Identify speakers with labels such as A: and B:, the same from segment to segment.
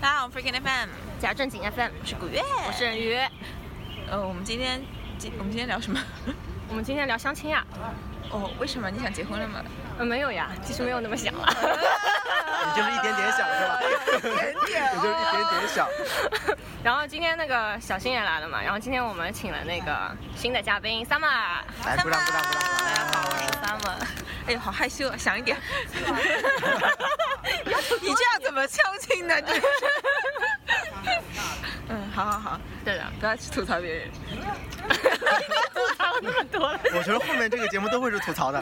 A: 大家好，我们 Freaking FM，
B: 假正经 FM，
A: 我是古月，
B: 我是任鱼。
A: 呃，我们今天今我们今天聊什么？
B: 我们今天聊相亲呀？
A: 哦，为什么你想结婚了吗？
B: 呃，没有呀，其实没有那么啊想了。
C: 你就是一点点想是吧？
A: 一点点哦
C: 你啊就是一点哦点想。
B: 然后今天那个小新也来了嘛，然后今天我们请了那个新的嘉宾 Summer。
C: 来，鼓掌鼓掌鼓掌！
B: 大家
C: 啊
B: 好，我是 Summer。
A: 哎呦，好害羞啊，想一点。 你这样怎么相亲呢？真是。 嗯，好好好，
B: 对的，
A: 不要去吐槽别 人。
B: 吐槽那么多了。
C: 我觉得后面这个节目都会是吐槽的。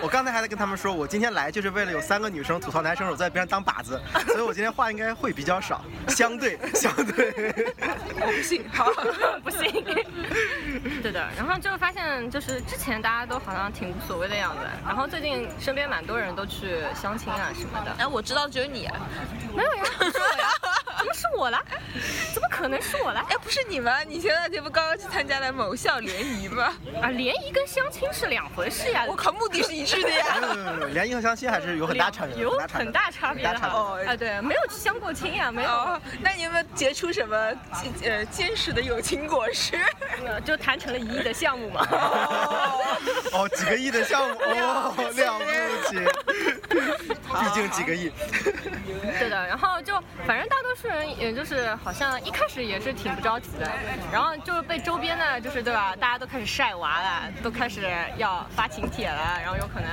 C: 我刚才还在跟他们说，我今天来就是为了有三个女生吐槽男生手在边上当靶子，所以我今天话应该会比较少，相对相对。
A: 我不信。好，
B: 不行。 对的，然后就发现就是之前大家都好像挺无所谓的样子，然后最近身边蛮多人都去相亲啊什么的。
A: 哎，我知道只有你。
B: 没有呀，不是我 呀，怎么是我了？怎么可能是我了？
A: 哎，不是你吗？你前段时间不刚刚去参加了某校联谊吗？
B: 啊，联谊跟相亲是两回事呀。
A: 我靠，目的是一致的呀。
C: 嗯，联谊和相亲还是有很大差别的，
B: 有很
C: 很
B: 大
C: 大
B: 差
C: 差
B: 别
C: 别
B: 的
C: 的很大
B: 哈
C: 差别
A: 哦
B: 啊，对，没有去相过亲呀，没有
A: 哦，，那你有没有结出什么呃坚实的友情果实？
B: 呃就谈成了一亿的项目嘛。
C: 哦，几个亿的项目，哦，了不起，毕竟几个亿。
B: 对的，然后就反正大多数人也就是好像一开始也是挺不着急的，然后就是被周边的，就是对吧，大家都开始晒娃了，都开始要发请帖了，然后有可能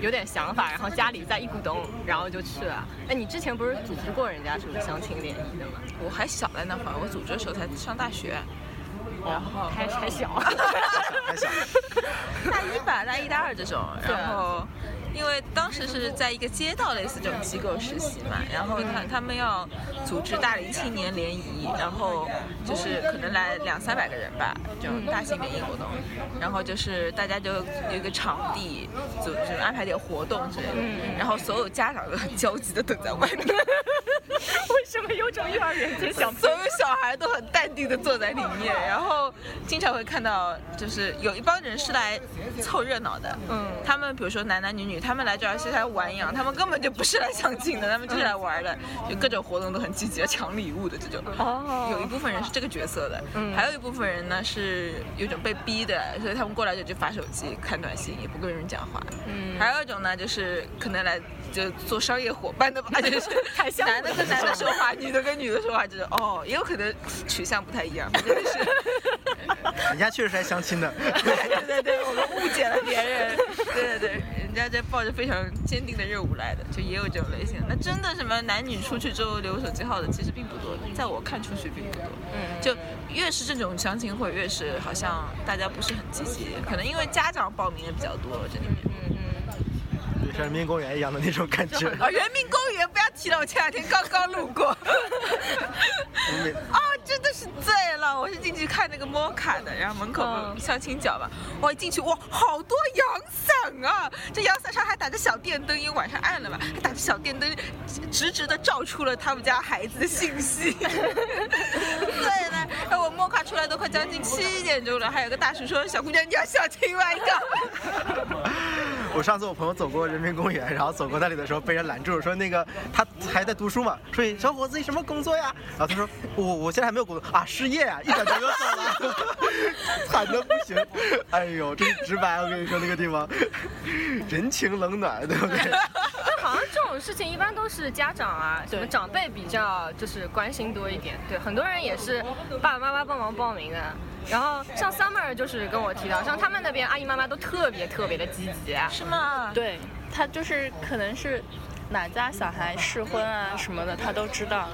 B: 有点想法，然后家里在一股东，然后就去了。哎，你之前不是组织过人家什么相亲联谊的吗？
A: 我还小了那会儿，我组织的时候才上大学，然后
B: 还还小，
C: 还小
A: 大一吧，大一大二这种，
B: 对
A: 然后。因为当时是在一个街道类似这种机构实习嘛，然后他他们要组织大龄青年联谊，然后就是可能来两三百个人吧，这种大型联谊活动，然后就是大家就有一个场地组织安排点活动之类的，然后所有家长都很焦急的等在外面，
B: 为什么有种幼儿园真想
A: 所有小孩都很淡定的坐在里面，然后经常会看到，就是有一帮人是来凑热闹的，
B: 嗯
A: 他们比如说男男女女，他们来这儿是来玩一样，他们根本就不是来相亲的，他们就是来玩的，就各种活动都很积极，要抢礼物的这种。
B: 哦
A: 有一部分人是这个角色的，
B: 嗯
A: 还有一部分人呢是有种被逼的，所以他们过来就去发手机、看短信，也不跟人讲话。
B: 嗯
A: 还有一种呢，就是可能来就做商业伙伴的 吧，就是
B: 太像
A: 男的跟男的说话，女的跟女的说话，就是哦，也有可能取向不太一样，真 的是。
C: 人家确实是来相亲的，
A: 对对对，我们误解了别人。对对对，人家这抱着非常坚定的任务来的，就也有这种类型。那真的什么男女出去之后留手机号的，其实并不多，在我看出去并不多。
B: 嗯
A: 就越是这种相亲会，越是好像大家不是很积极，可能因为家长报名的比较多这里面。
B: 嗯嗯。
C: 像人民公园一样的那种感觉。
A: 啊，人民公园不要提了，我前两天刚刚路 过。啊，真的是醉了！我是进去看那个摩卡的，然后门口
B: 嗯
A: 不是相亲角嘛，我一进去哇，好多阳伞啊！这阳伞上还打着小电灯，因为晚上暗了嘛，还打着小电灯，直直的照出了他们家孩子的信息。 对了，哎，我摩卡出来都快将近七点钟了，还有个大叔说：“小姑娘，你要相亲吗？”你干嘛？
C: 我上次我朋友走过人民公园，然后走过那里的时候被人拦住，说那个他还在读书嘛，说小伙子你什么工作呀？然后他说 我我现在还没有工作啊，失业呀、一转头就走了， 惨的不行。哎呦，真直白，我跟你说那个地方， 人情冷暖，对不对？
B: 但好像这种事情一般都是家长啊，什么长辈比较就是关心多一点。对，很多人也是爸爸妈妈帮忙报名的。然后像 Summer 就是跟我提到，像他们那边阿姨妈妈都特别特别的积极。啊
A: 是吗？
D: 对他就是可能是哪家小孩试婚啊什么的，他都知道，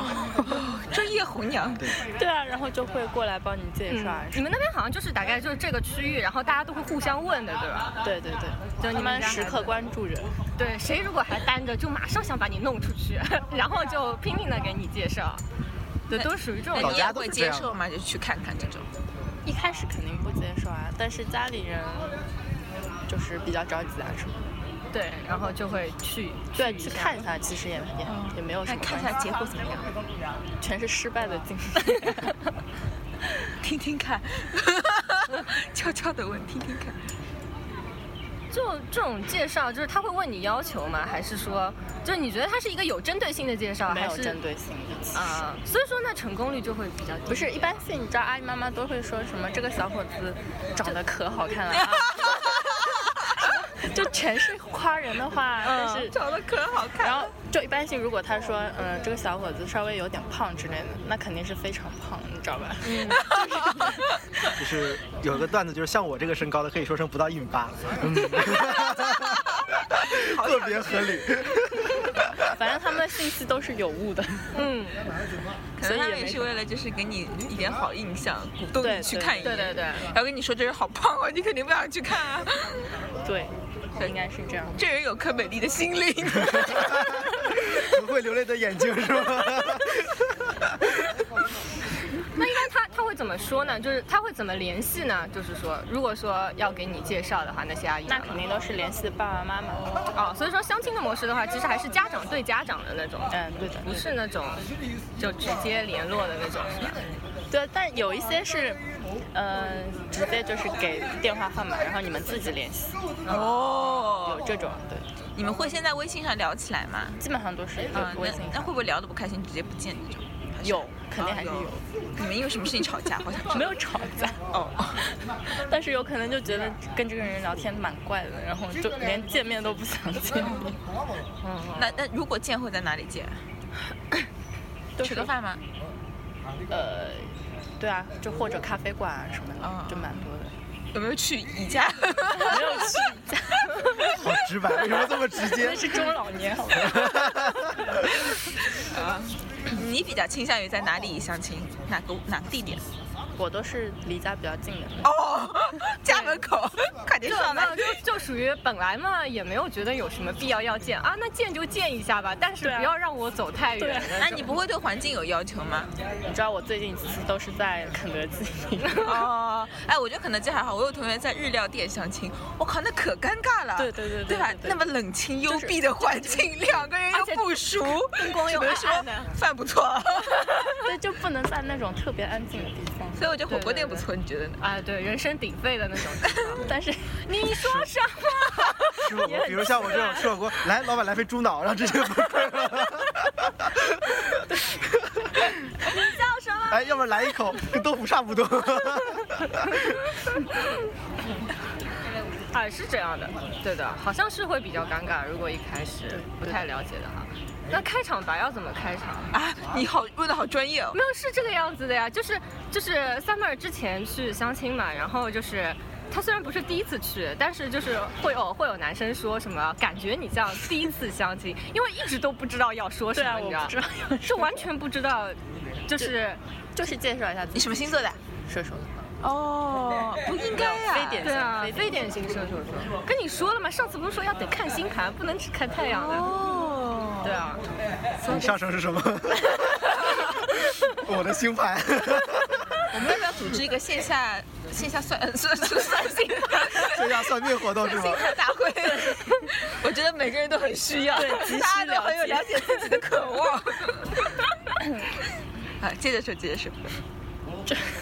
D: 后
A: 哦专业红娘。对。
D: 对啊，然后就会过来帮你介绍啊
B: 嗯，
D: 什
B: 你
D: 么。
B: 们那边好像就是大概就是这个区域，然后大家都会互相问的，对吧？
D: 对对对，
B: 就你
D: 他
B: 们
D: 们
B: 家
D: 时
B: 孩
D: 刻
B: 子
D: 关注着。
B: 对，谁如果还单着，就马上想把你弄出去， 然后就拼命的给你介绍。对，都属于这种
A: 那
C: 老
A: 你也
C: 家都
A: 会
C: 是这
A: 接
C: 样
A: 受吗？就去看看这种。
D: 一开始肯定不接受啊，但是家里人就是比较着急啊什么的。
B: 对，然后就会去嗯
D: 对，去看一下，其实也也也没有什
A: 那
B: 哎
D: 么
A: 看一
D: 关
A: 下
D: 系，
A: 结果怎么样，
D: 全是失败的经 历。
A: 听听看，悄悄的问，听听看。
B: 就这种介绍，就是他会问你要求吗？还是说，就是你觉得它是一个有针对性的介绍，
D: 没
B: 还
D: 有
B: 是
D: 针对性的其实
B: 啊、所以说那成功率就会比较低。
D: 不是一般性，你知道阿姨妈妈都会说什么？这个小伙子长得可好看了 啊！就全是夸人的话，但
B: 嗯
D: 是
A: 长得可好看
D: 然后就一般性，如果他说，嗯、这个小伙子稍微有点胖之类的，那肯定是非常胖，你知道吧？
B: 嗯
C: 就是有个段子，就是像我这个身高的，可以说成不到一米八，嗯，特别合理。
D: 反正他们的信息都是有误的。
B: 嗯，
A: 可能他们也是为了就是给你一点好印象，鼓动你去看一眼。
D: 嗯对对对
A: 然后跟你说这人好胖哦，你肯定不想去看啊。
D: 对，应该是这样。
A: 这人有颗美丽的心 灵。
C: 不会流泪的眼睛是吗？
B: 那一般他他会怎么说呢？就是他会怎么联系呢？就是说，如果说要给你介绍的话，那些阿姨
D: 那
B: 妈妈
D: 肯定都是联系爸爸妈妈。
B: 哦，所以说相亲的模式的话，其实还是家长对家长的那种，
D: 嗯，对的，
B: 不是那种就直接联络的那种，是吧？
D: 哎对，但有一些是，呃，直接就是给电话号码，然后你们自己联系，有
A: 哦，
D: 这种，对，
A: 你们会先在微信上聊起来吗？
D: 基本上都是有
A: 啊、
D: 微信
A: 那那
D: 上
A: 会不会聊得不开心，直接不见那种？还是
D: 有，肯定还是
A: 啊
D: 有。
A: 你们因为什么事情吵架？ 好想知道
D: 没有吵架，
A: 哦，
D: 但是有可能就觉得跟这个人聊天蛮怪的，然后就连见面都不想见面，
A: 那那如果见会在哪里见？
D: 都
A: 吃
D: 是
A: 个饭吗？
D: 呃，对啊，就或者咖啡馆啊什么
A: 啊
D: 的，就蛮多的。
A: 有没有去宜家？
D: 没有去家，
C: 好直白，为什么这么直接
D: 那？是中老年好吗？
A: 啊，你比较倾向于在哪里相亲？哪个哪个地点？
D: 我都是离家比较近的，
A: 哦， 家门口，快点
B: 就
A: 上来
B: 那！就就属于本来嘛，也没有觉得有什么必要要见啊，那见就见一下吧，但是
D: 对啊
B: 不要让我走太
D: 对
B: 远
D: 啊。
A: 那你不会对环境有要求吗？
D: 你知道我最近几次都是在肯德基。
A: 哦，哎，我觉得肯德基还好。我有同学在日料店相亲，我靠，那可尴尬了。
D: 对对对对
A: 对吧？
D: 对对
A: 那么冷清幽闭的环境，两个人又不熟，灯光
B: 又
A: 说
B: 暗暗的
A: 啊饭不错。
D: 对，就不能在那种特别安静的地方。
A: 所以我觉得火锅店不错，你觉得呢？
B: 啊，对，人声鼎沸的那 种地方。
D: 但是
B: 你说啊什么？
C: 是吧？比如像我这种吃 火锅，来，老板来份猪脑，然后这就不是了。
B: 你叫什么？
C: 哎，要不然来一口， 跟豆腐差不 多。
B: 啊，是这样的，对的，好像是会比较尴尬，如果一开始不太了解的话。那开场白要怎么开场？
A: 啊，你好，问的好专业哦。
B: 没有，是这个样子的呀，就是就是 summer 之前去相亲嘛，然后就是。他虽然不是第一次去，但是就是会有会有男生说什么，感觉你像第一次相亲，因为一直都不知道要说什
D: 对
B: 么，
D: 啊，
B: 你
D: 我
B: 知道
D: 不知道，要
B: 是完全不知道，就是
D: 就是介绍一下自
A: 你
D: 己，
A: 什么星座的？
D: 射手，
A: 哦，不应该呀、
D: 非典
B: 对啊，
D: 非
B: 非典型射手座。跟你说了嘛，上次不是说要得看星盘，不能只看太阳的。
A: 哦，
B: 对啊，
C: 你上升 是什么？我的星盘。
A: 我们要不要组织一个线 下线下算呃算算算星 盘？
C: 这叫算命活动是吗
A: 星？盘大会，我觉得每个人都很需要，
D: 对急需
A: 大家都很有了
D: 了
A: 解自己的渴 望。啊，接着说，接着说。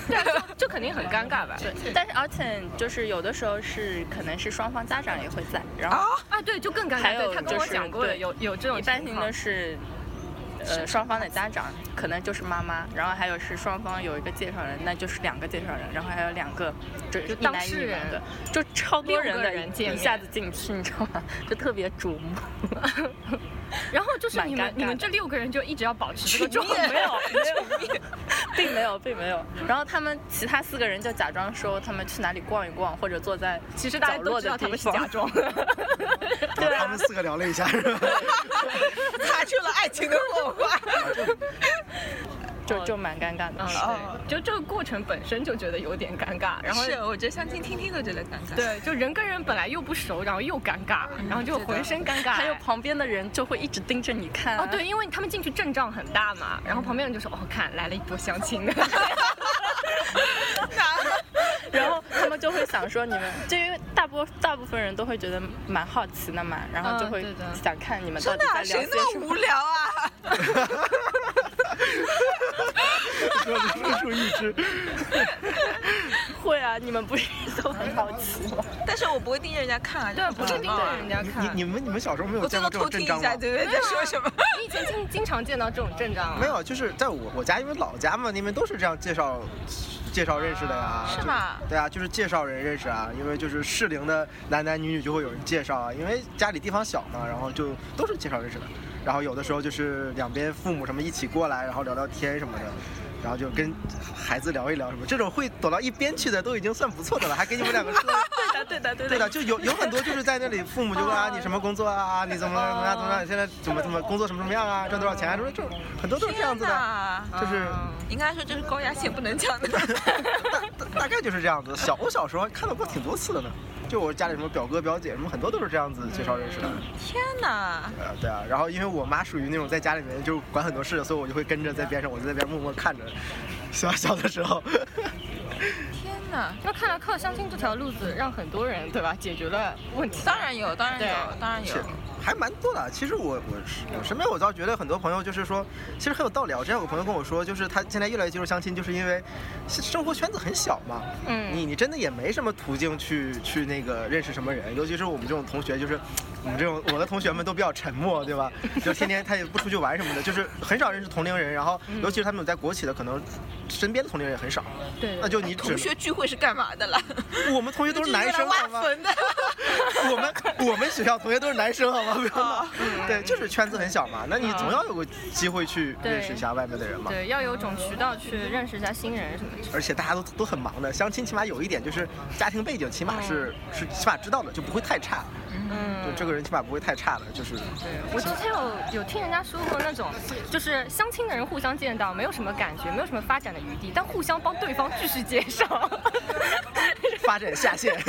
B: 对啊，就就肯定很尴尬吧？哦
D: 对，但是而且就是有的时候是可能是双方家长也会在，然后
B: 啊，对，就更尴
D: 还
B: 尬。对
D: 有
B: 他跟我
D: 就是
B: 讲过的，
D: 对
B: 有有这种
D: 一般
B: 情
D: 性
B: 况
D: 的是。呃，双方的家长可能就是妈妈，然后还有是双方有一个介绍人，那就是两个介绍人，然后还有两个就
B: 就
D: 一
B: 当
D: 男一
B: 事
D: 女
B: 人
D: 的，就超多
B: 六
D: 人
B: 个
D: 的
B: 人见
D: 一
B: 面
D: 下子进去，你知道吗？就特别瞩目。
B: 然后就是
D: 蛮
B: 你
D: 尴
B: 们
D: 尬的
B: 你们这六个人就一直要保持这个状态，
D: 没 有，没有，并没有，并没有。然后他们其他四个人就假装说他们去哪里逛一逛，或者坐在
B: 其实大家
D: 角
B: 都
D: 落
B: 知道
D: 的
B: 他
D: 地
B: 们是假
D: 方。
B: 装的。
A: 啊
C: 然后他们四个聊了一下是吧？
A: 擦出了爱情的火花。
D: 就就蛮尴尬的。
B: 嗯，对，就这个过程本身就觉得有点尴尬，然后
A: 是，我觉得相亲听听都觉得尴尬。，
B: 对，就人跟人本来又不熟，然后又尴尬，然后就浑身尴尬。
D: 嗯还有旁边的人就会一直盯着你看、啊
B: 哦，对，，因为他们进去阵仗很大嘛，然后旁边人就说：“哦，看来了一波相亲的。
D: 然后他们就会想说你们， 就因为大部大部分人都会觉得蛮好奇的嘛，然后就
B: 嗯
D: 会
B: 对的
D: 想看你们到
A: 真
D: 底
A: 的啊，
D: 在聊
A: 谁
D: 些
A: 那
D: 什
A: 么
D: 么。
A: 无聊啊？
C: 说的如数一只。
D: 会啊，你们不是都很好奇吗？
A: 但是我不会盯着人家看啊，
B: 对，不是盯着人
A: 家。
B: 家
C: 你
B: 看。
C: 你们你们小时候没有
A: 我
C: 见
A: 最多
C: 过这
A: 偷听一
C: 种阵仗吗
A: 下，？对不对？在说什么？
B: 你以前经经常见到这种阵仗啊？
C: 没有，就是在我我家，因为老家嘛，那边都是这样介绍介绍认识的呀。
A: 是吗
C: 就对啊，就是介绍人认识啊，因为就是适龄的男男女女就会有人介绍啊，因为家里地方小嘛，然后就都是介绍认识的。然后有的时候就是两边父母什么一起过来，然后聊聊天什么的。然后就跟孩子聊一聊什么，这种会躲到一边去的都已经算不错的了，还给你们两个说
A: 对的，对的，
C: 对的，就有有很多就是在那里，父母就问啊，你什么工作啊，你怎么怎么样怎么
A: 哦
C: 样，现在怎么怎么工作什么什么样啊，赚多少钱啊，什么这种很多都是这样子的，
A: 天哪哦
C: 就是
A: 应该说这是高压线不能讲的。
C: 大大大概就是这样子。小我小时候还看到过挺多次的呢，就我家里什么表哥表姐什么很多都是这样子介绍认识的。
A: 天哪！
C: 呃，对啊，然后因为我妈属于那种在家里面就管很多事的，所以我就会跟着在边上，我就在边默默看着。小小的时候，
A: 天哪！
B: 那看来靠相亲这条路子，让很多人对吧解决了问题。
A: 当然有，当然有，
B: 对
A: 当然有
C: 是。还蛮多的。其实我我是我身边我倒觉得很多朋友就是说，其实很有道理啊。我之前有个朋友跟我说，就是他现在越来越接受相亲，就是因为生活圈子很小嘛。
B: 嗯
C: 你你真的也没什么途径去去那个认识什么人，尤其是我们这种同学，就是我们这种我的同学们都比较沉默，对吧？就天天他也不出去玩什么的，就是很少认识同龄人。然后尤其是他们有在国企的，可能身边的同龄人也很少。
B: 对
C: 那就你只
A: 同学聚会是干嘛的啦？
C: 我们同 学都是男生，好
A: 挖
C: 吗？
A: 坟的。
C: 我们我们学校同学都是男生，好吗？不要闹。对，就是圈子很小嘛，那你总要有个机会去认识一下外面的人嘛。
B: 对，要有种渠道去认识一下新人什么的。
C: 而且大家都都很忙的，相亲起码有一点就是家庭背景，起码是是起码知道的，就不会太差。就
B: 嗯，
C: 这个人起码不会太差的，就是
B: 我之前有有听人家说过那种，就是相亲的人互相见到，没有什么感觉，没有什么发展的余地，但互相帮对方继续介绍。
C: 发展下线。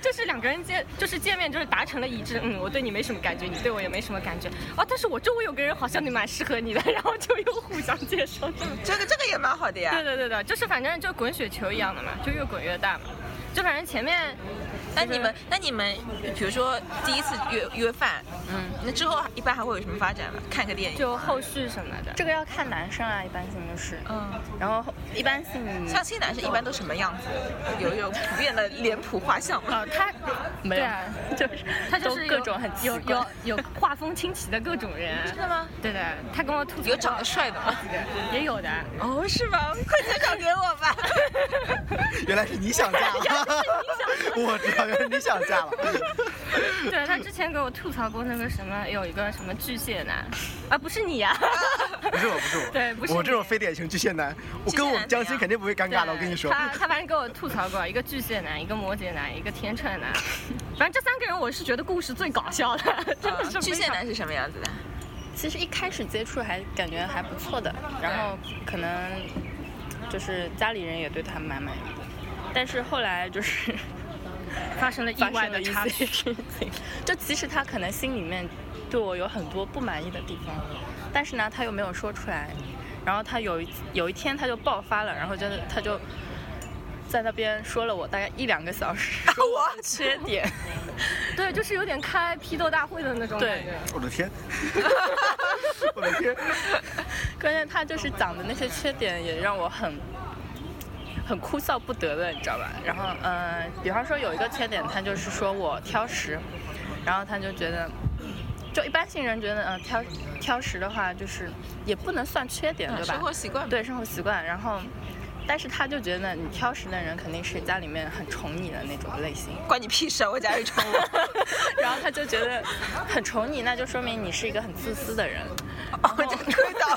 B: 就是两个人见，就是见面，就是达成了一致。嗯，我对你没什么感觉，你对我也没什么感觉。哦，但是我周围有个人好像你蛮适合你的，然后就又互相介绍。
A: 这个这个也蛮好的呀。
B: 对对对对，就是反正就滚雪球一样的嘛，就越滚越大嘛。就反正前面
A: 那你们，那你们，比如说第一次约约饭，嗯，那之后一般还会有什么发展吗？看个电影，
B: 就后续什么的，
D: 这个要看男生啊，一般性就是，
A: 嗯，
D: 然后一般性
A: 相亲男生一般都什么样子？有有普遍的脸谱画像吗？
D: 啊，他没
B: 对
D: 有
B: 啊，
D: 就是
B: 他就是
D: 都
B: 有
D: 各种很奇
B: 有
D: 怪
B: 有有画风清奇的各种人。
A: 真的吗？
B: 对的，他跟我吐槽
A: 有长得帅的吗？
B: 也有的，
A: 哦，是吗？ 快介绍给我吧。
C: 原来是你想嫁了， 我知道原来是你想嫁了。
B: 对他之前给我吐槽过那个什么，有一个什么巨蟹男，啊不是你 呀、
C: 不是我，不是我，
B: 对不是
C: 我
B: 你
C: 这种非典型巨蟹男，我
A: 巨蟹
C: 跟我
A: 男
C: 们江
A: 怎
C: 心
A: 样
C: 肯定不会尴尬的。我跟你说，
B: 他他反正跟我吐槽过，一个巨蟹男，一个摩羯男，一个天秤男，反正这三个人我是觉得故事最搞笑的，真的是
D: 啊
A: 巨
B: 非
A: 蟹
B: 常
A: 男是什么样子的？
D: 其实一开始接触还感觉还不错的，然后可能就是家里人也对他蛮满意的，但是后来就是
B: 发生了意
D: 发
B: 外
D: 生
B: 的
D: 了一
B: 插
D: 些
B: 曲。
D: 事情， 就其实他可能心里面对我有很多不满意的地方，但是呢他又没有说出来，然后他有一有一天他就爆发了，然后就他就在那边说了我大概一两个小时，说我的缺点，
B: 对，就是有点开批斗大会的那种感
D: 对
B: 觉。
C: 我的 天，我的天，
D: 关键他就是讲的那些缺点也让我很很哭笑不得的，你知道吧？然后，嗯、比方说有一个缺点，他就是说我挑食，然后他就觉得，就一般性人觉得，嗯、挑挑食的话，就是也不能算缺点，对
A: 嗯
D: 吧？
A: 生活习惯。，
D: 对生活习惯，然后。但是他就觉得你挑食的人肯定是家里面很宠你的那种类型，
A: 关你屁事啊！我家里宠我。
D: 然后他就觉得很宠你，那就说明你是一个很自私的人。
A: 哦，这推 导，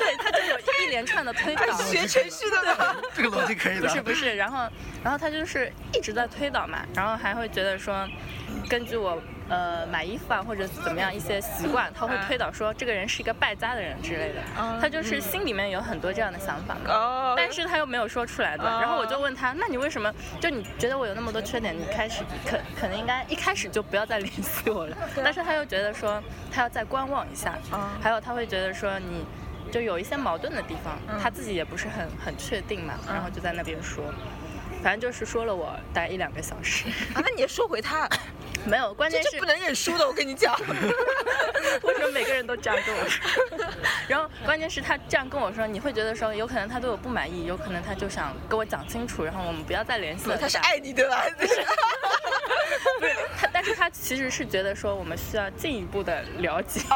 D: 对他就有一连串的推导
A: 他，是学程序的吗？
C: 这个逻辑可以
D: 不
C: 的。
D: 是不是，然后然后他就是一直在推导嘛，然后还会觉得说，根据我呃买衣服啊或者怎么样一些习惯，他会推导说这个人是一个败家的人之类的，他就是心里面有很多这样的想法嘛。
A: 哦
D: 但是他又没有说出来的，然后我就问他，那你为什么就你觉得我有那么多缺点，你开始可可能应该一开始就不要再联系我 了，但是他又觉得说他要再观望一下，
A: 哦
D: 还有他会觉得说你就有一些矛盾的地方，
A: 嗯
D: 他自己也不是很很确定嘛，然后就在那边说，反正就是说了我大概一两个小时，
A: 啊，那你也说回他，
D: 没有，关键
A: 这
D: 是
A: 不能认输的，我跟你讲。
D: 为什么每个人都这样跟我说？ 然后关键是他这样跟我说，你会觉得说，有可能他对我不满意，有可能他就想跟我讲清楚，然后我们不要再联系了。
A: 他是爱你对吧？
D: 不是他，但是他其实是觉得说我们需要进一步的了解。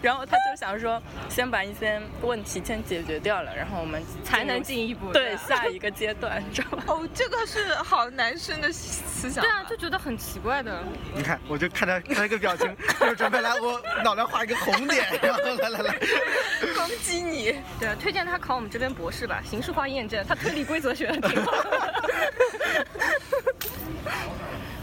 D: 然后他就想说，先把一些问题先解决掉了，然后我们
B: 才能
D: 入
B: 进一步。
D: 对下一个阶段，你知道吗？
A: 哦，这个是好男生的思想。
B: 对啊，就觉得很奇怪的。
C: 你看，我就看他看他一个表情，就是准备来，我脑袋画一个红点， 然后来来来，
A: 攻击你。
B: 对，啊推荐他考我们这边博士吧，形式化验证，他推理规则学的 挺好。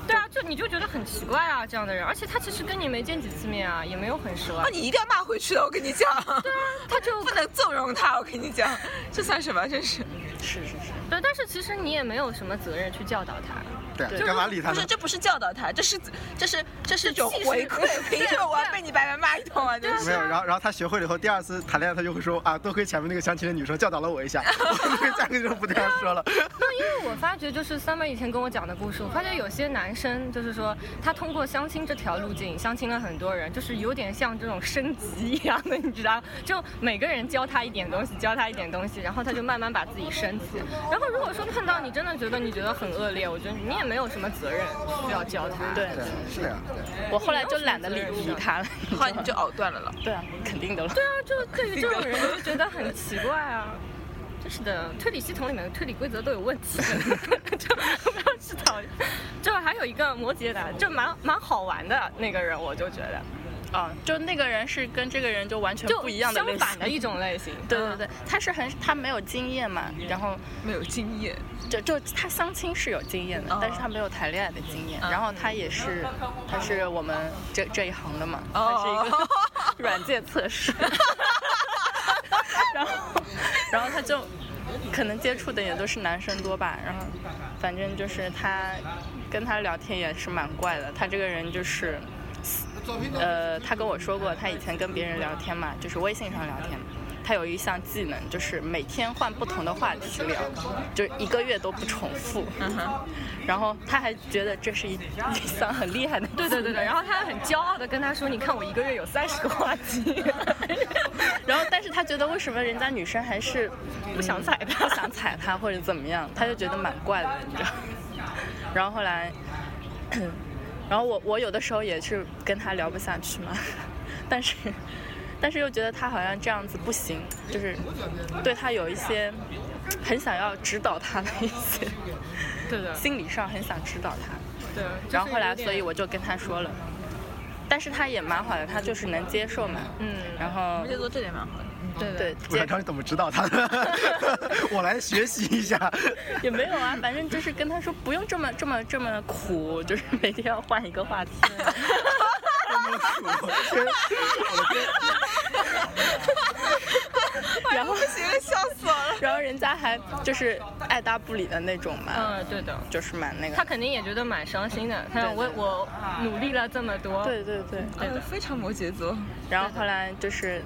B: 对啊，就你就觉得很奇怪啊，这样的人，而且他其实跟你没见几次面啊，也没有很熟啊
A: 哦，。你一定要骂回去的，我跟你讲。对啊，
B: 他就
A: 不能纵容他，我跟你讲，这算什么？真是，
D: 是是是，
B: 对，但是其实你也没有什么责任去教导他。
C: 对，啊
D: 就
C: 干嘛理他
A: 不
C: 呢
A: 是，？这不是教导他，这是这是这是一种
B: 气势
A: 回馈。凭什么我要被你白白骂一通啊？真
C: 没
A: 是
C: 有，然后然后他学会了以后，第二次谈恋爱他就会说啊，多亏前面那个相亲的女生教导了 我一下，我对下个就不这样 说了。
B: 那因为我发觉，就是 Summer 以前跟我讲的故事，我发觉有些男生就是说，他通过相亲这条路径相亲了很多人，就是有点像这种升级一样的，你知道？就每个人教他一点东西，教他一点东西，然后他就慢慢把自己升级。然后如果说碰到你真的觉得你觉得很恶劣，我觉得你也没有什么责任需要教他。
D: 对，
C: 对，啊是的呀。
D: 我后来就懒得理理他了。
A: 好，你就藕断了了。
D: 对啊，肯定的了。
B: 对啊，就对于这种人就觉得很奇怪啊。真是的，推理系统里面的推理规则都有问题， 就不要去讨论。就还有一个摩羯男，就蛮蛮好玩的那个人，我就觉得
D: 啊，就那个人是跟这个人就完全
B: 就
D: 不一样的类
B: 相反
D: 型，
B: 的一种类型。
D: 对对对，他是很他没有经验嘛，然后
A: 没有经验，
D: 就就他相亲是有经验的
A: 哦，
D: 但是他没有谈恋爱的经
B: 嗯
D: 验，然后他也是他是我们这这一行的嘛，
B: 哦
D: 他是一个软件 测试，然后然后他就可能接触的也都是男生多吧，然后反正就是他跟他聊天也是蛮怪的，他这个人就是。呃，他跟我说过，他以前跟别人聊天嘛，就是微信上聊天，他有一项技能，就是每天换不同的话题聊，就是一个月都不重复。
B: 嗯
D: 然后他还觉得这是一一项很厉害的技
B: 对
D: 能。
B: 对对 对，然后他还很骄傲的跟他说：“你看我一个月有三十个话 题。
D: 然后，但是他觉得为什么人家女生还是
B: 不想踩他
D: 不想踩他 或者怎么样，他就觉得蛮怪的，你知道。然后后来，然后我我有的时候也是跟他聊不下去嘛，但是但是又觉得他好像这样子不行，就是对他有一些很想要指导他的一些
B: 对的
D: 心理上很想指导他。
B: 对。
D: 然后后来，所以
B: 我
D: 我就跟他说了，但是他也蛮好的，他就是能接受嘛。
B: 嗯，
D: 然后
A: 摩羯座这点蛮好的。
B: 对的
D: 对，
C: 我
D: 接
C: 想知道你怎么指导他 的，我来学习一下。
D: 也没有啊，反正就是跟他说不用这么这么这么苦，就是每天要换一个 话题。
C: 我的天，我的天，
D: 然后
A: 不行了，笑死我了。
D: 然后人家还就是爱答不理的那种嘛，
B: 嗯，对的。
D: 就是蛮那
B: 他
D: 个。
B: 肯定也觉得蛮伤心的。他说
D: 对
B: 我我努力了这么多，
D: 对对对。
B: 对的
A: 嗯非常摩羯座。
D: 然后后来就是，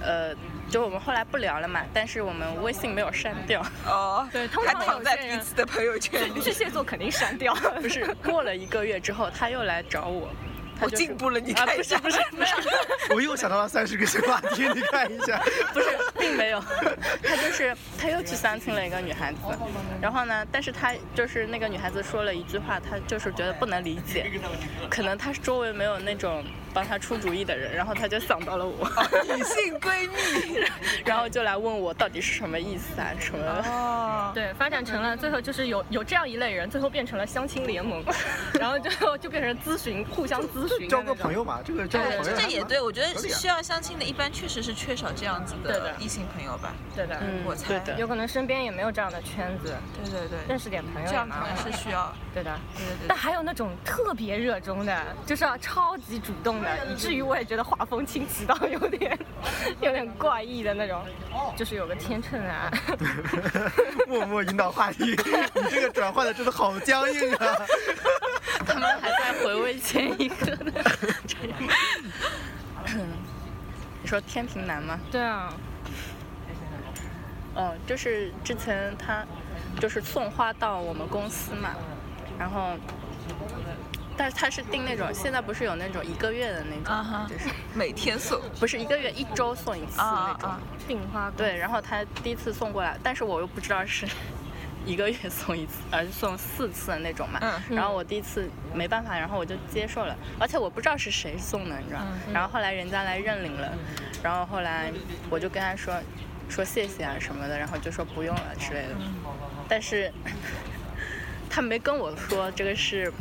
D: 呃，就我们后来不聊了嘛，但是我们微信没有删 掉，
A: 哦，
B: 对通
A: 还
B: 常
A: 躺
B: 有
A: 在
B: 些
A: 彼
B: 人
A: 此的朋友圈 里。
B: 巨蟹座肯定删掉，
D: 不是过了一个月之后他又来找我，他
A: 我
D: 就是
A: 进步了，你
D: 啊，
A: 看一
D: 不是
A: 下。
D: 不是 不是。
C: 我又想到了三十个新话题，你看一下。
D: 不是，并没有， 他就是他又去相亲了一个女孩子，然后呢，但是他就是那个女孩子说了一句话，他就是觉得不能理解，可能他周围没有那种帮他出主意的人，然后他就想到了我，
A: 女性闺蜜。
D: 然后就来问我到底是什么意思啊什么的。
A: 哦。
B: 对，发展成了最后就是有有这样一类人，最后变成了相亲联 盟，然后就就变成咨询，互相咨询的那种，
C: 交个朋友嘛，这个交个朋友还蛮。
A: 这也对，我觉得
C: 合理啊
A: 需要相亲的，一般确实是缺少这样子
B: 对
A: 的
B: 的
A: 异性朋友吧。
B: 对的，
D: 嗯
A: 我猜
D: 对的，
B: 有可能身边也没有这样的圈子，
A: 对对对
B: 认，识点朋友
A: 这
B: 也
A: 样可
B: 蛮
A: 能
B: 好
A: 是
B: 的，
A: 需要。
B: 对的。
A: 对对
B: 但
A: 对。
B: 还有那种特别热衷的，就是、啊、超级主动的，以至于我也觉得画风清奇到有点 有点怪异的那种，就是有个天秤 啊，
C: 默默引导话题，你这个转换的真的好僵硬啊！
D: 他们还在回味前一个 呢。 你说天平男吗？
B: 对啊，
D: 嗯，就是之前他就是送花到我们公司嘛，然后但是他是订那种，现在不是有那种一个月的那种
A: 啊哈
D: 就是
A: 每天送
D: 不是一个月一周送一次
A: 啊
D: 那
A: 啊
D: 种。
A: 啊！
B: 订花对，
D: 对，然后他第一次送过来，但是我又不知道是一个月送一次，而是送四次的那种嘛。
A: 嗯
D: 然后我第一次没办法，然后我就接受了，而且我不知道是谁送的，你知
A: 嗯
D: 道。然后后来人家来认领了，然后后来我就跟他说说谢谢啊什么的，然后就说不用了之类的。
A: 嗯
D: 但是 他没跟我说这个是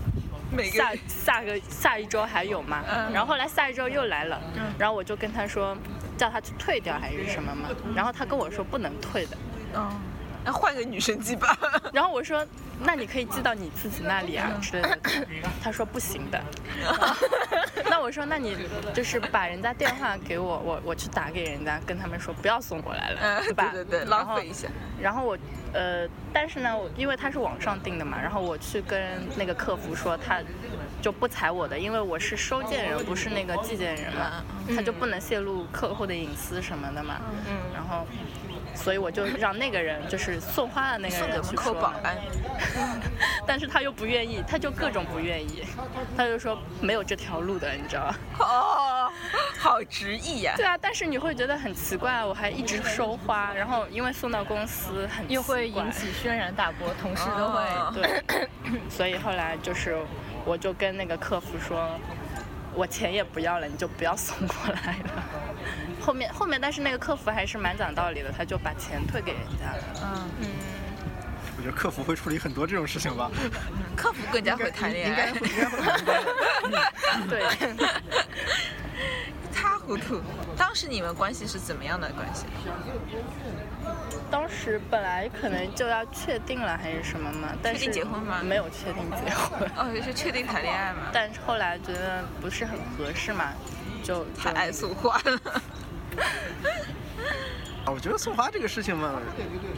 A: 每个
D: 下下个下一周还有吗？
A: 嗯
D: 然后后来下一周又来了，然后我就跟他说，叫他去退掉还是什么嘛，然后他跟我说不能退的，
A: 嗯，那换个女生寄吧。
D: 然后我说那你可以寄到你自己那里啊
A: 嗯
D: 之类 的，他说不行 的，那我说那你就是把人家电话给我，我我去打给人家，跟他们说不要送过来了，
A: 嗯，
D: 对吧？
A: 对对对，
D: 然后
A: 浪费一下。
D: 然后我，呃，但是呢，我因为他是网上订的嘛，然后我去跟那个客服说，他就不采我的，因为我是收件人，不是那个寄件人嘛，
B: 嗯
D: 他就不能泄露客户的隐私什么的嘛。嗯。然后，所以我就让那个人，就是送花的那个
A: 送给
D: 人
A: 门
D: 去
A: 口
D: 说
A: 保
D: 嘛。
A: 安，
D: 但是他又不愿意，他就各种不愿意，他就说没有这条路的，你知道吧？
A: 哦，好执意呀、
D: 对啊，但是你会觉得很奇怪，啊我还一直收花，然后因为送到公司很
B: 又会
D: 奇怪
B: 引起轩然大波，同事都
A: 哦
B: 会
D: 对，所以后来就是，我就跟那个客服说，我钱也不要了，你就不要送过来了。 后面后面，但是那个客服还是蛮讲道理的，他就把钱退给人家了。
C: 我觉得客服会处理很多这种事情吧。
A: 客服更 加会谈恋爱，
C: 应该应该会应该
D: 会对
A: 一塌糊涂。当时你们关系是怎么样的关系？
D: 当时本来可能就要确定了还是什么嘛，但是
A: 确定结婚吗
D: 没有确定结婚，
A: 哦，是确定谈恋爱吗？
D: 但是后来觉得不是很合适嘛，就就
A: 太爱送花了。
C: 啊我觉得送花这个事情嘛，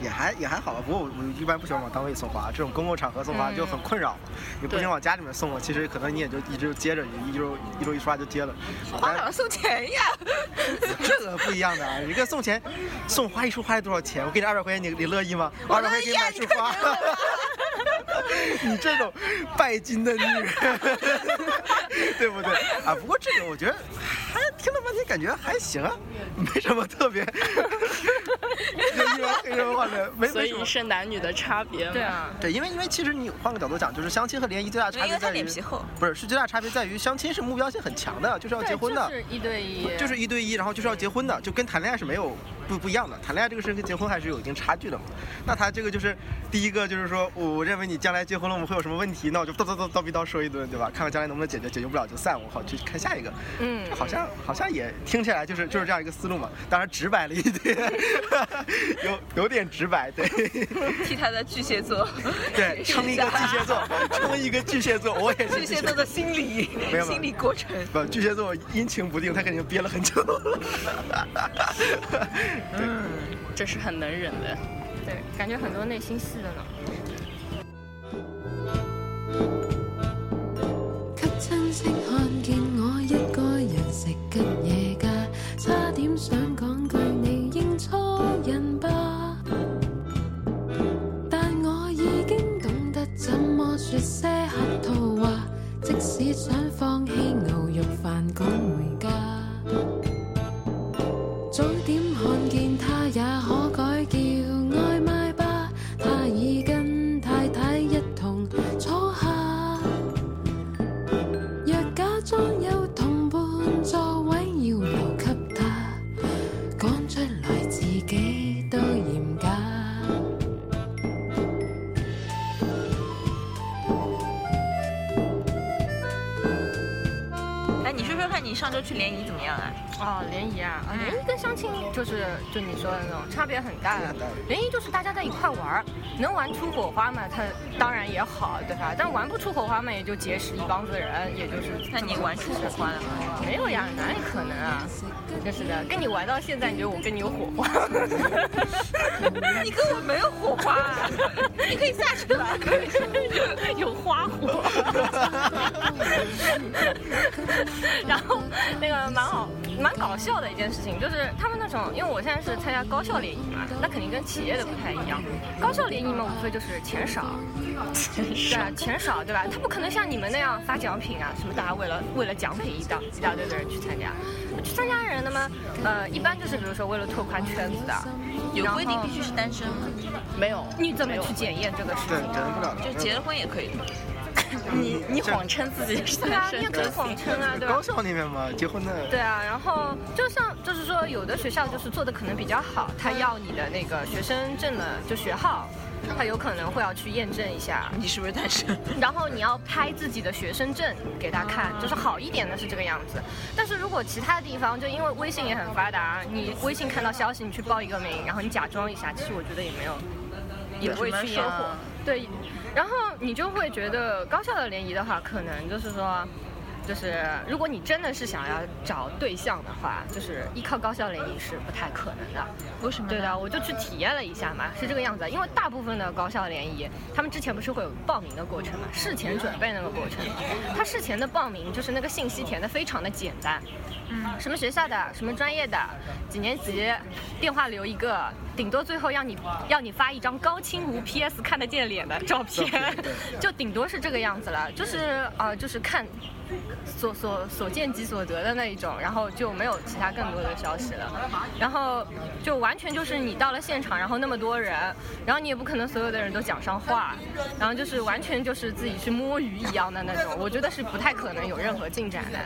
C: 也还也还好啊吧。不过我我一般不喜欢往单位送花，这种公共场合送花就
A: 嗯
C: 很困扰。你不
D: 对
C: 行往家里面送我，其实可能你也就一周接着，你一周一周一刷就接了。
A: 花两送钱呀！
C: 这个不一样的啊！你这送钱，送花一束花得多少钱？我给你二百块钱，你你乐意吗？我二百块钱给你买束花。 你这种拜金的女人，对不对啊？不过这个我觉得还听了半天，感觉还行啊，没什么特别。就因为黑人或者没
D: 所
C: 没什
D: 以
C: 么。
D: 是男女的差别嘛。
B: 对啊，
C: 对，因为因为其实你换个角度讲，就是相亲和联谊最大差
A: 因
C: 别
A: 为他
C: 在于
A: 脸，皮厚，
C: 不是是最大差别在于相亲是目标性很强的，就是要
B: 对
C: 结婚的。
B: 就是一对一，
C: 就是一对一，然后就是要结婚的，就跟谈恋爱是没有不不一样的。谈恋爱这个事情跟结婚还是有一定差距的嘛。那他这个就是第一个就是说，我认为你将来结婚了，我们会有什么问题？那我就叨叨叨叨逼叨说一顿，对吧？看看将来能不能解决，解决不了就散，我好去看下一个。
B: 嗯
C: 这好像好像也听起来就是就是这样一个思路嘛。当然直白了一点， 有有点直白，对
A: 替他的巨蟹座，
C: 对，
A: 解释
C: 撑一个巨蟹座，撑一个巨蟹座，我也是
A: 巨蟹座的心理
C: 没有
A: 心理过程。
C: 不，巨蟹座阴晴不定，他肯定憋了很 久。对。
D: 这是很能忍的。
B: 对，感觉很多内心戏的呢。
E: 给親戚看見我一個人食吉野家，差點想講句你認錯人吧，但我已經懂得怎麼説些客套話，即使想放棄牛肉飯趕回家，早點看見他也可改叫外賣吧，他已跟太太一同坐下。若假裝有同伴座位要留給他，講出來自己都嫌假。
A: 哎，你说说看，你上周去联谊怎么样啊？
B: 哦，联谊啊，啊
A: 嗯
B: 联谊跟相亲就是就你说的那种差别很大的。联谊就是大家在一块玩儿，能玩出火花嘛，它当然也好，对吧？但玩不出火花嘛，也就结识一帮子人，也就是这么回事。
A: 那你玩出火花了吗？
B: 没有呀？哪里可能啊？ 就是的，跟你玩到现在，你觉得我跟你有火花？
A: 你跟我没有火花、 啊，你可以下去了。
B: 有花火。 呃然后那个蛮好，蛮搞笑的一件事情，就是他们那种，因为我现在是参加高校联谊嘛，那肯定跟企业的不太一样。高校联谊嘛，无非就是钱少，对啊，钱少对吧？他不可能像你们那样发奖品啊，什么大家为了为了奖品一大一大堆的人去参加，去参加的人呢嘛，呃，一般就是比如说为了拓宽圈子的，啊
A: 有规定
B: 然后
A: 必须是单身吗？
D: 没有，
B: 你怎么去检验这个事
C: 对，
B: 情？
C: 真不搞。
A: 就结了婚也可以的吗？
D: 你你谎称自己是
B: 对啊
D: 单，
B: 你也
D: 身
B: 可以
D: 的，
B: 谎称啊，对吧
C: 高？校那边嘛，结婚的。
B: 对啊，然后就像就是说，有的学校就是做的可能比较好，他要你的那个学生证的就学号，他有可能会要去验证一下，
A: 你是不是单身？
B: 然后你要拍自己的学生证给他看，就是好一点的是这个样子。但是如果其他地方，就因为微信也很发达，你微信看到消息，你去报一个名，然后你假装一下，其实我觉得也没有，也不会去
D: 什
B: 烟
D: 么
B: 火
D: 事啊。
B: 对，然后你就会觉得高校的联谊的话，可能就是说。就是如果你真的是想要找对象的话，就是依靠高校联谊是不太可能的。
A: 为什么？
B: 对的，，我就去体验了一下嘛，是这个样子。啊因为大部分的高校联谊，他们之前不是会有报名的过程嘛，事前准备那个过程。他事前的报名就是那个信息填的非常的简单，嗯，什么学校的，什么专业的，几年级，电话留一个，顶多最后让你要你发一张高清无 PS 看得见脸的照片，就顶多是这个样子了。就是啊、呃就是看所所所见即所得的那一种，然后就没有其他更多的消息了。然后就完全就是你到了现场，然后那么多人，然后你也不可能所有的人都讲上话，然后就是完全就是自己去摸鱼一样的那种，我觉得是不太可能有任何进展的。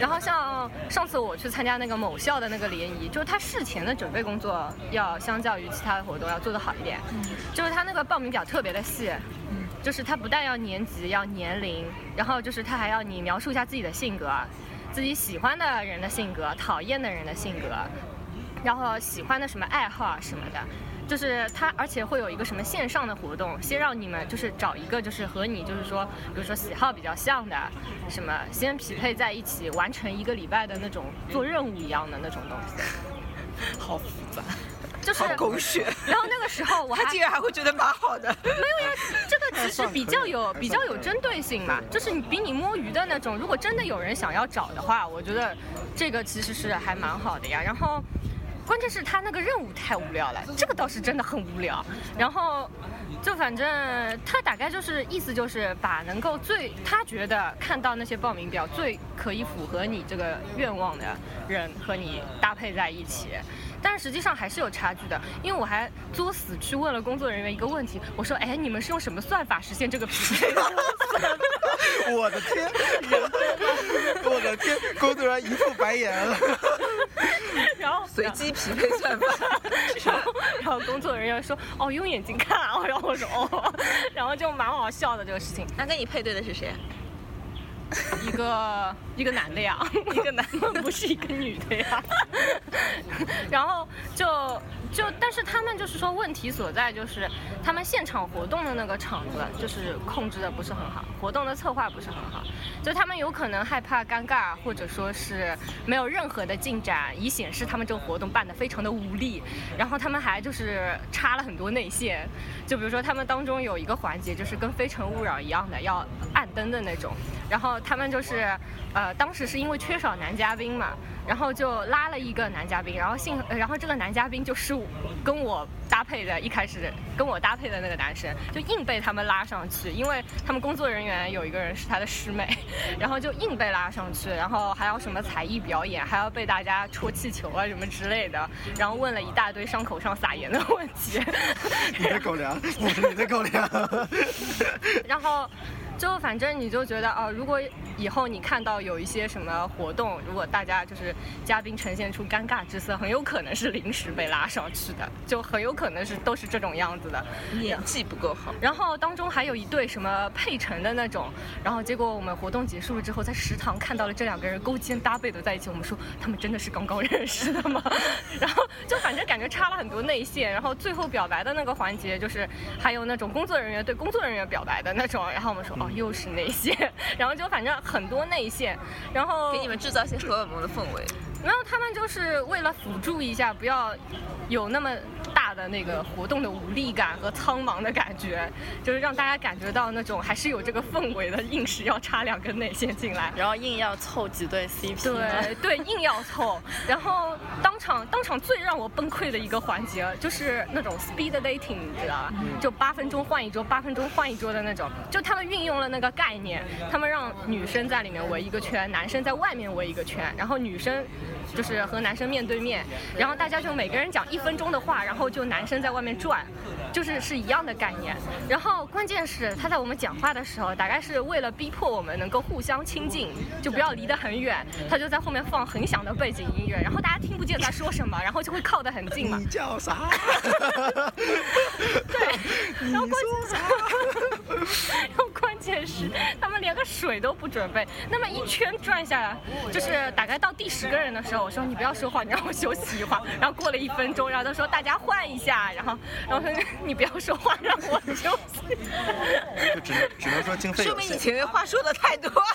B: 然后像上次我去参加那个某校的那个联谊，就是他事前的准备工作要相较于其他的活动要做得好一点，就是他那个报名表特别的细，就是他不但要年级，要年龄，然后就是他还要你描述一下自己的性格，自己喜欢的人的性格，讨厌的人的性格，然后喜欢的什么爱好啊什么的。就是他，而且会有一个什么线上的活动，先让你们就是找一个就是和你就是说，比如说喜好比较像的，什么先匹配在一起，完成一个礼拜的那种做任务一样的那种东西，
D: 好复杂。
B: 就是。
A: 狗血，
B: 然后那个时候我还
A: 他竟然还会觉得蛮好的。
B: 对呀，这个其实比较有
C: 还算可以
B: 比较有针对性嘛，就是你比你摸鱼的那种，如果真的有人想要找的话，我觉得这个其实是还蛮好的呀。然后。关键是他那个任务太无聊了，这个倒是真的很无聊。然后，就反正他大概就是意思就是把能够最他觉得看到那些报名表最可以符合你这个愿望的人和你搭配在一起，但是实际上还是有差距的。因为我还作死去问了工作人员一个问题，我说：“哎，你们是用什么算法实现这个匹配的？”
C: 我的天，我的天，工作人员一副白眼了。
B: 然后
A: 随机匹配算 法，
B: 然
A: 啊
B: 后然后工作人员说：“哦，用眼睛看啊。” 然后我说：“哦。”然后就蛮好笑的这个事情。
A: 那跟你配对的是谁？啊
B: 一 个一个男的呀，一个男的， 不是一个女的 呀。然后就就，但是他们就是说问题所在就是他们现场活动的那个场子就是控制的不是很好，活动的策划不是很好，就他们有可能害怕尴尬，或者说是没有任何的进展，以显示他们这个活动办得非常的无力。然后他们还就是插了很多内线，就比如说他们当中有一个环节就是跟《非诚勿扰》一样的要按灯的那种，然后他们就是呃当时是因为缺少男嘉宾嘛，然后就拉了一个男嘉宾，然后幸呃然后这个男嘉宾就是我跟我搭配的，一开始跟我搭配的那个男生就硬被他们拉上去，因为他们工作人员有一个人是他的师妹， 然后就硬被拉上去，然后还要什么才艺表演，还要被大家戳气球啊什么之类的，然后问了一大堆伤口上撒盐的问题，
C: 你的狗粮，我是你的狗粮。
B: 然后就反正你就觉得哦、如果以后你看到有一些什么活动，如果大家就是嘉宾呈现出尴尬之色，很有可能是临时被拉上去的，就很有可能是都是这种样子的。
A: 演技不够好，
B: 然后当中还有一对什么配成的那种，然后结果我们活动结束了之后，在食堂看到了这两个人勾肩搭背的在一起，我们说他们真的是刚刚认识的吗？然后就反正感觉插了很多内线，然后最后表白的那个环节就是还有那种工作人员对工作人员表白的那种，然后我们说哦又是内线， 然后就反正很多内线，然后
A: 给你们制造一些荷尔蒙的氛围。
B: 没有，他们就是为了辅助一下，不要有那么大大的那个活动的无力感和苍茫的感觉，就是让大家感觉到那种还是有这个氛围的，硬是要插两根内线进来。
D: 然后硬要凑几对 CP，嘛
B: 对对，硬要凑。然后当场当场最让我崩溃的一个环节，就是那种 speed dating，你知道吧？就八分钟换一桌，八分钟换一桌的那种。就他们运用了那个概念，他们让女生在里面围一个圈，男生在外面围一个圈，然后女生就是和男生面对面，然后大家就每个人讲一分钟的话，然后就男生在外面转，就是是一样的概念。然后关键是他在我们讲话的时候，大概是为了逼迫我们能够互相亲近，就不要离得很远，他就在后面放很响的背景音乐，然后大家听不见他说什么，然后就会靠得很近嘛
C: 你。叫啥？
B: 对，然后关键，然后 关键是他们连个水都不准备，那么一圈转下来，就是大概到第十个人的时候，我说你不要说话，你让我休息一会儿。然后过了一分钟，然后他说大家换一下，然后然后说你不要说话，让我休息。
C: 就只能只能说经费
A: 说
C: 有
A: 明你
C: 限。
A: 前面话说的太多 了。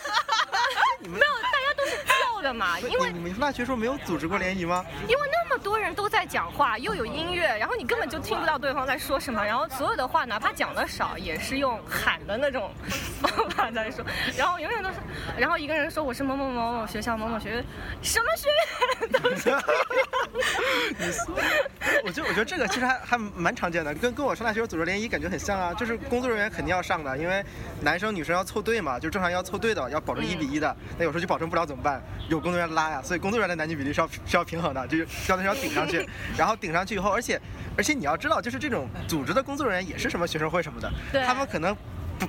B: 没有，大家都是叫的嘛，因为
C: 你们大学时候没有组织过联谊吗？
B: 因为那么多人都在讲话，又有音乐，然后你根本就听不到对方在说什么，然后所有的话哪怕讲的少，也是用喊的那种方法在说，然后永远都是，然后一个人说我是某某某某学校某某学院，什么学院都是这样
C: 我觉得，我觉得这个其实还还蛮常见的，跟跟我上大学时候组织联谊感觉很像啊，就是工作人员肯定要上的，因为男生女生要凑对嘛，就正常要凑对的，要保证一比一的，
A: 嗯
C: 那有时候就保证不了怎么办？有工作人员拉呀，所以工作人员的男女比例是要是要平衡的，就是要要顶 上去，然后顶上去以后，而且而且你要知道，就是这种组织的工作人员也是什么学生会什么的，
B: 对
C: 他们可能。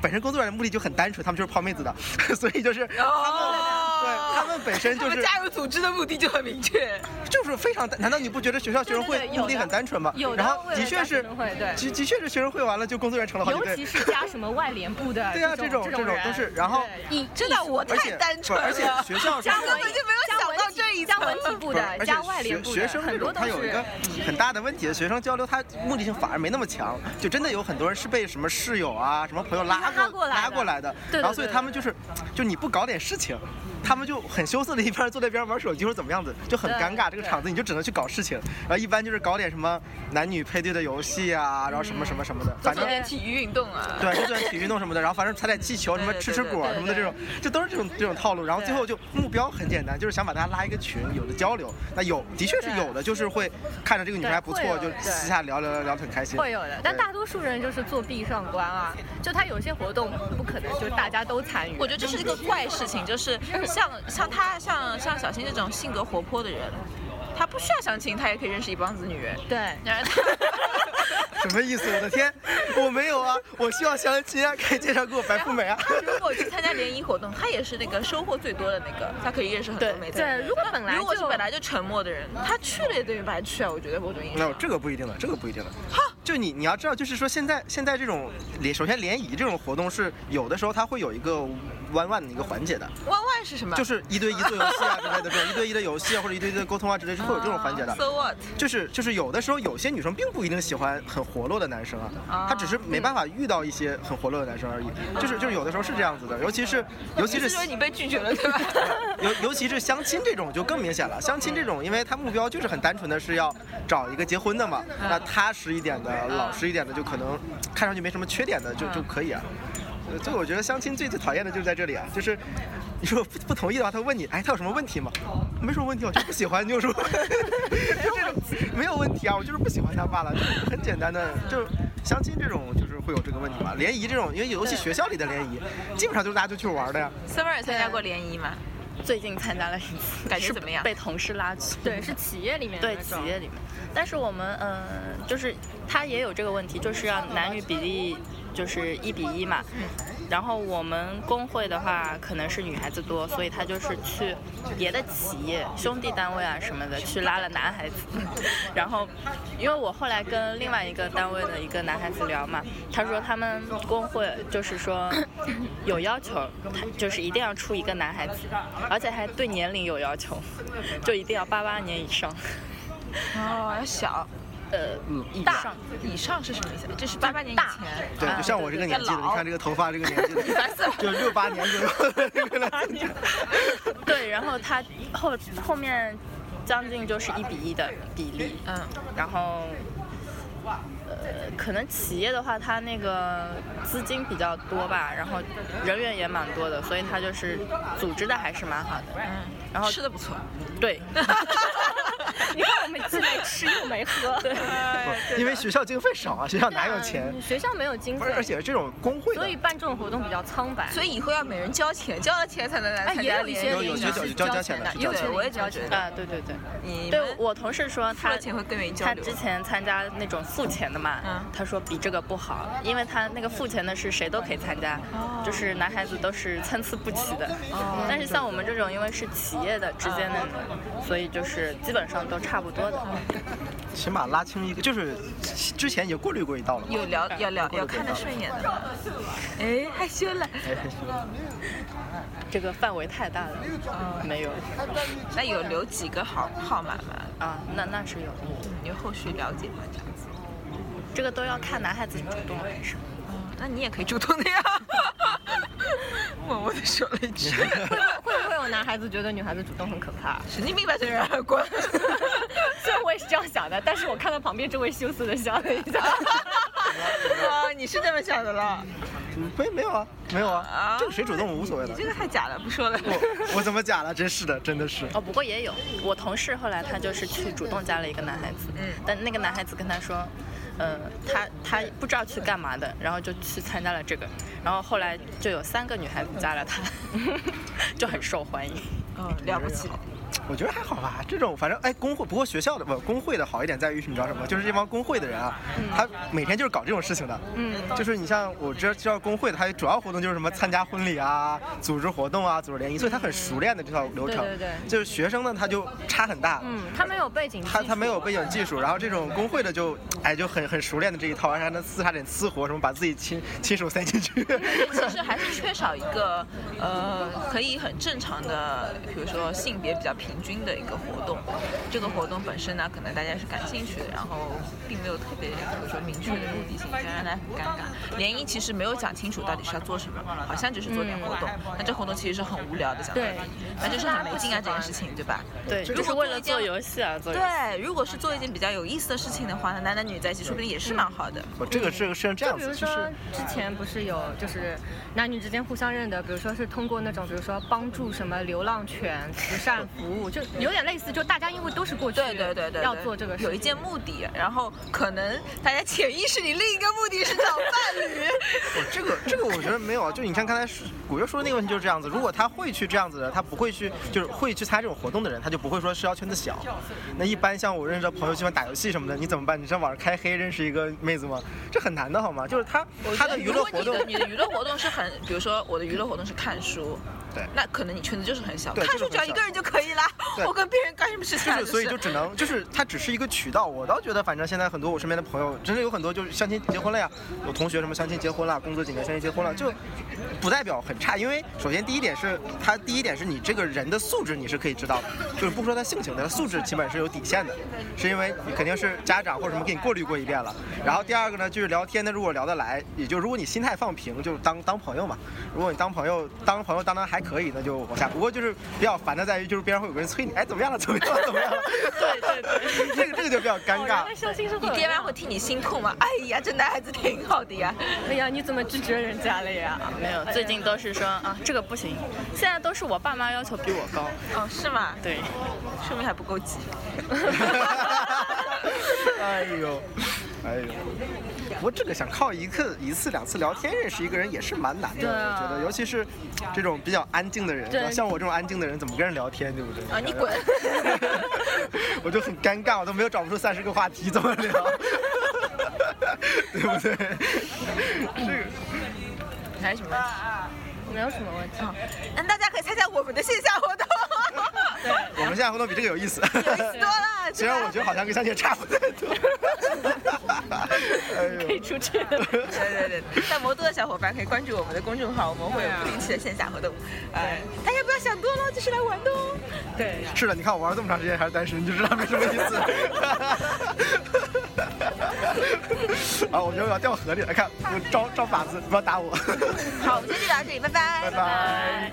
C: 本身工作人员的目的就很单纯，他们就是泡妹子的，所以就是他们、对他们本 身就
A: 哦他
C: 是
A: 们加入组织的目的就很明确，
C: 就是非常单，难道你不觉得学校学生会
B: 对对对有
C: 目的
B: 的
C: 很单纯吗？
B: 有的
C: 然后
B: 为了
C: 的确
B: 加
C: 是
B: 学生会，对
C: 的的确是学生会完了就工作人员成了好几
B: 尤
C: 对
B: 其。是加什么外联部的，
C: 对啊
B: 这
C: 这种
B: 这种
C: 这种
B: 人
C: 都是然后
B: 对
A: 你真的我
C: 而
A: 太
C: 且
A: 单纯了，
C: 不是而且学校
B: 加
A: 根本就没有想到这一层
B: 加文体部
C: 不是
B: 的，
C: 而且
B: 加外联
C: 学
B: 部的，
C: 学生这
B: 很多
C: 种，
B: 都
C: 他
B: 是嗯
C: 有一个很大的问题，学生交流他目的性反而没那么强，就真的有很多人是被什么室友啊、什么朋友拉
B: 拉过来的
C: 拉过来的，
B: 对对
C: 然后所以
B: 对
C: 他们就是，就你不搞点事情，他们就很羞涩的一边坐在一边玩手机或者怎么样子，就很
B: 对
C: 尴尬。这个
B: 对
C: 场子你就只能去搞事情，然后一般就是搞点什么男女配对的游戏啊，然后什
B: 嗯
C: 么什么什么的，
A: 做
C: 反正
A: 做点体育运动啊。
C: 对，就做点体育运动什么的，然后反正踩踩气球，什么
A: 对对
C: 吃吃
A: 对
C: 果
B: 对
C: 什么的，这
B: 对
C: 种就都是这种这种套路。然后最后就目标很简单，就是想把大家拉一个群，有的交流。那有的确是
B: 对
C: 有的，就是会看着这个女生
B: 对
C: 还不
B: 会
C: 错，
B: 有
C: 就
B: 的
C: 私下聊聊聊聊得很开心。
B: 会有的，但
C: 对
B: 大多数人就是作弊上官啊，就他有些活动不可能就大家都参与。
A: 我觉得这是一个怪事情，就是像像他像像小新这种性格活泼的人，他不需要相亲，他也可以认识一帮子女人。
B: 对，
A: 然后他
C: 什么意思？我的天，我没有啊！我希望相亲啊，可以介绍给我白富美 啊。
A: 他 如果去参加联谊活动，他也是那个收获最多的那个，他可以认识很多
D: 对
A: 妹子。
B: 对，如果本来
A: 如果是
B: 就
A: 本来就沉默的人，他去了也等于白去啊！我觉得某种意义
C: 没有
A: 上，
C: 这个不一定的，这个不一定的。就你你要知道，就是说现在现在这种联，首先联谊这种活动是有的时候它会有一个 one one 的一个环节的，
A: 弯弯是什么？
C: 就是一对一做游戏啊之类的，这种一对一的游戏啊或者一对一的沟通啊之类，是会有这种环节的
A: 啊。So what？
C: 就是就是有的时候有些女生并不一定喜欢很活络的男生啊
A: 啊，
C: 她只是没办法遇到一些很活络的男生而已。就是就是有的时候是这样子的，尤其是尤其
A: 你
C: 是
A: 是说你被拒绝了对吧？
C: 尤尤其是相亲这种就更明显了。相亲这种，因为他目标就是很单纯的是要找一个结婚的嘛，那踏实一点的、老实一点的，就可能看上去没什么缺点的就就可以啊。呃所以我觉得相亲最最讨厌的就是在这里啊，就是你说不不同意的话，他会问你，哎，他有什么问题吗？没什么问题，我就不喜欢，你有什么？ 就这种没有问题啊，我就是不喜欢他罢了，就是很简单的，就是相亲这种就是会有这个问题嘛。联谊这种，因为尤其学校里的联谊，基本上就是大家就去玩的呀。
A: summer 也参加过联谊吗？
D: 最近参加了一次，
A: 感觉
D: 是
A: 怎么样
D: 被同事拉去。
B: 对是企业里面的
D: 对
B: 那
D: 企
B: 种
D: 业里面，但是我们嗯、呃就是他也有这个问题，就是让男女比例就是一比一嘛。然后我们工会的话，可能是女孩子多，所以他就是去别的企业、兄弟单位啊什么的去拉了男孩子。 然后，因为我后来跟另外一个单位的一个男孩子聊嘛，他说他们工会就是说有要求，他就是一定要出一个男孩子，而且还对年龄有要求，就一定要八八年以上。
A: 哦，要小
D: 呃，以
A: 大
D: 上
A: 以上是什么意思？这是八八年以
D: 大
A: 前。
C: 对，就像我这个年纪的，
A: 对
C: 你看这个头发，这个年纪的，就六八年左右的这个男的。
D: 对，然后他后后面将近就是一比一的比例，
A: 嗯，
D: 然后呃，可能企业的话，它那个资金比较多吧，然后人员也蛮多的，所以它就是组织的还是蛮好的。
A: 嗯，
D: 然后
A: 吃的不错，
D: 对，
B: 你看我们既没吃又没喝， 对，
C: 因为学校经费少啊，学校哪有钱？
B: 学校没有经费
C: 而，而且这种工会的
B: 所以办这种活动比较苍白。
A: 所以以后要每人交钱，交了钱才能来
B: 哎，
A: 参
B: 也
A: 加
B: 有一
A: 联
B: 些
A: 谊。
C: 有有
B: 领
C: 些
B: 导
C: 交
B: 是
C: 交
B: 交
C: 钱的
B: 的，
C: 是
B: 有
C: 交
B: 的
A: 钱的
B: 我也交钱的。
D: 啊，对对对，
A: 你
D: 对
A: 们
D: 我同事说
A: 付
D: 他
A: 了钱会更愿意交
D: 他
A: 流
D: 之。前参加那种付钱的嘛，
A: 嗯
D: 他说比这个不好，因为他那个付钱的是谁都可以参加，
A: 哦
D: 就是男孩子都是参差不齐的。但是像我们这种，因为是企业的之间的，
A: 嗯
D: 所以就是基本上都差不多的。
C: 起码拉清一个，就是之前也过滤过一道了嘛。
A: 有聊要聊要看得顺眼的吗？哎，害羞了。
D: 这个范围太大了，
A: 嗯
D: 没有
A: 那有留几个号号码吗？
D: 啊，那那是有的，
A: 你后续了解吗？这样子。
D: 这个都要看男孩子主动还是。
A: 嗯，那你也可以主动的呀。 默默的说了一 句，
B: 会不会有男孩子觉得女孩子主动很可怕？
A: 神经病吧这人， 滚！
B: 虽然我也是这样想的，但是我看到旁边这位羞涩的笑了一下。
A: 啊，你是这么想的了？
C: 没没有啊，没有啊
A: 啊，
C: 这个谁主动无所谓
A: 你
C: 的
A: 这。个太假了，不说了。
C: 我我怎么假了？真是的，真的是。
D: 哦，不过也有，我同事后来他就是去主动加了一个男孩子，
A: 嗯
D: 但那个男孩子跟他说，呃，他他不知道去干嘛的，然后就去参加了这个，然后后来就有三个女孩子加了他， 就很受欢迎。
A: 嗯，了不起。
C: 我觉得还好吧，这种反正哎，工会不过学校的不工会的好一点在于你知道什么？就是这帮工会的人啊，
B: 嗯
C: 他每天就是搞这种事情的。嗯，就是你像我知道知道工会的，他主要活动就是什么参加婚礼啊、组织活动啊、组织联谊，所以他很熟练的这套流程。
B: 对对对
C: 就是学生呢，他就差很大。
B: 嗯，他没有背景，
C: 他他没有背景技术，然后这种工会的就，哎，就很很熟练的这一套，而且还能私下点私活，什么把自己亲亲手塞进去，
A: 其
B: 嗯
A: 实还是缺少一个呃，可以很正常的，比如说性别比较平均的一个活动。这个活动本身呢，可能大家是感兴趣的，然后并没有特别，比如说明确的目的性，让人来很尴尬。联谊其实没有讲清楚到底是要做什么，好像只是做点活动，那这活动其实是很无聊的，讲道理
B: 对，
A: 那就是很没劲啊，这件事情，对吧？
D: 对，
A: 如
D: 就
A: 果
D: 是为了
A: 做
D: 做
A: 一件
D: 游戏而做游戏。
A: 对，如果是做一件比较有意思的事情的话，那男男女女在一起说不定也是蛮好的。
C: 我这个是是这
B: 就
C: 样
B: 比
C: 子，
B: 如
C: 就
B: 说
C: 是
B: 之前不是有就是男女之间互相认得，比如说是通过那种比如说帮助什么流浪犬慈善服务，就有点类似，就大家因为都是过去
A: 对对对对，
B: 要
A: 对
B: 做这个事，
A: 有一件目的，然后可能大家潜意识里另一个目的是找伴侣。
C: 这个这个我觉得没有啊，就你看刚才是古月说的那个问题就是这样子。如果他会去这样子的，他不会去，就是会去参加这种活动的人，他就不会说社交圈子小。那一般像我认识的朋友喜欢打游戏什么的，你怎么办？你上网上开黑认识一个妹子吗？这很难的好吗？就是他他的娱乐活
A: 如
C: 动
A: 果，你的你的娱乐活动是很，比如说我的娱乐活动是看书，
C: 对
A: 那可能你圈子就是很小，
C: 对
A: 看书
C: 就是
A: 只要
C: 很
A: 一个人就可以啦
C: 对。
A: 我跟别人干什么事情
C: 就
A: 啊？
C: 是所以就只能就是它只是一个渠道。我倒觉得，反正现在很多我身边的朋友，真的有很多就是相亲结婚了呀，有同学什么相亲结婚了，工作几年相亲结婚了，就不代表很差。因为首先第一点是他第一点是你这个人的素质你是可以知道的，就是不说他性情的素质基本是有底线的，是因为你肯定是家长或者什么给你过滤过一遍了。然后第二个呢就是聊天呢，如果聊得来，也就如果你心态放平，就是当当朋友嘛。如果你当朋友当朋友当当还可以，那就往下。不过就是比较烦的在于就是边上会有个人催你，哎怎么样了 怎么样了怎么样了。
D: 对对对，
C: 这个这个就比较尴尬。
B: 相亲是
A: 你爹妈会替你心痛吗？哎呀，这男孩子挺好的呀。
B: 哎呀，你怎么拒绝人家了呀？
D: 没
A: 哎
D: 有，最近都是说啊这个不行，现在都是我爸妈要求比我高。
A: 哦，是吗？
D: 对，
A: 说明还不够急。
C: 哎呦，哎呦，不过这个想靠一次一次两次聊天认识一个人也是蛮难的，
B: 对啊
C: 我觉得，尤其是这种比较安静的人，
B: 对
C: 像我这种安静的人怎么跟人聊天，对不对？
A: 啊，你滚！
C: 我就很尴尬，我都没有找不出三十个话题怎么 聊，对不对？
A: 还有什么？
B: 没有什么问题。
A: 嗯，大家可以参加我们的线下活动，
C: 我们现在活动比这个有意思，
A: 有意思多了。
C: 虽然我觉得好像跟相亲差不太 多。哎呦。
B: 出去，
A: 对对对，在魔都的小伙伴可以关注我们的公众号，我们会有不定期的线下活动。呃，大家不要想多了，就是来玩的哦。
B: 对，
C: 是的，你看我玩这么长时间还是单身，你就知道没什么意 思。啊，我觉得我要掉河里了，看我招招法子，不要打我，
A: 好，我们今天就聊到这里，拜拜
C: 拜拜。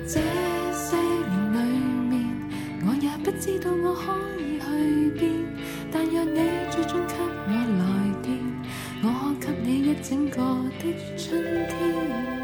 E: 這些年裏面，我也不知道我可以去邊。但若你最終給我來電，我可給你一整個的春天。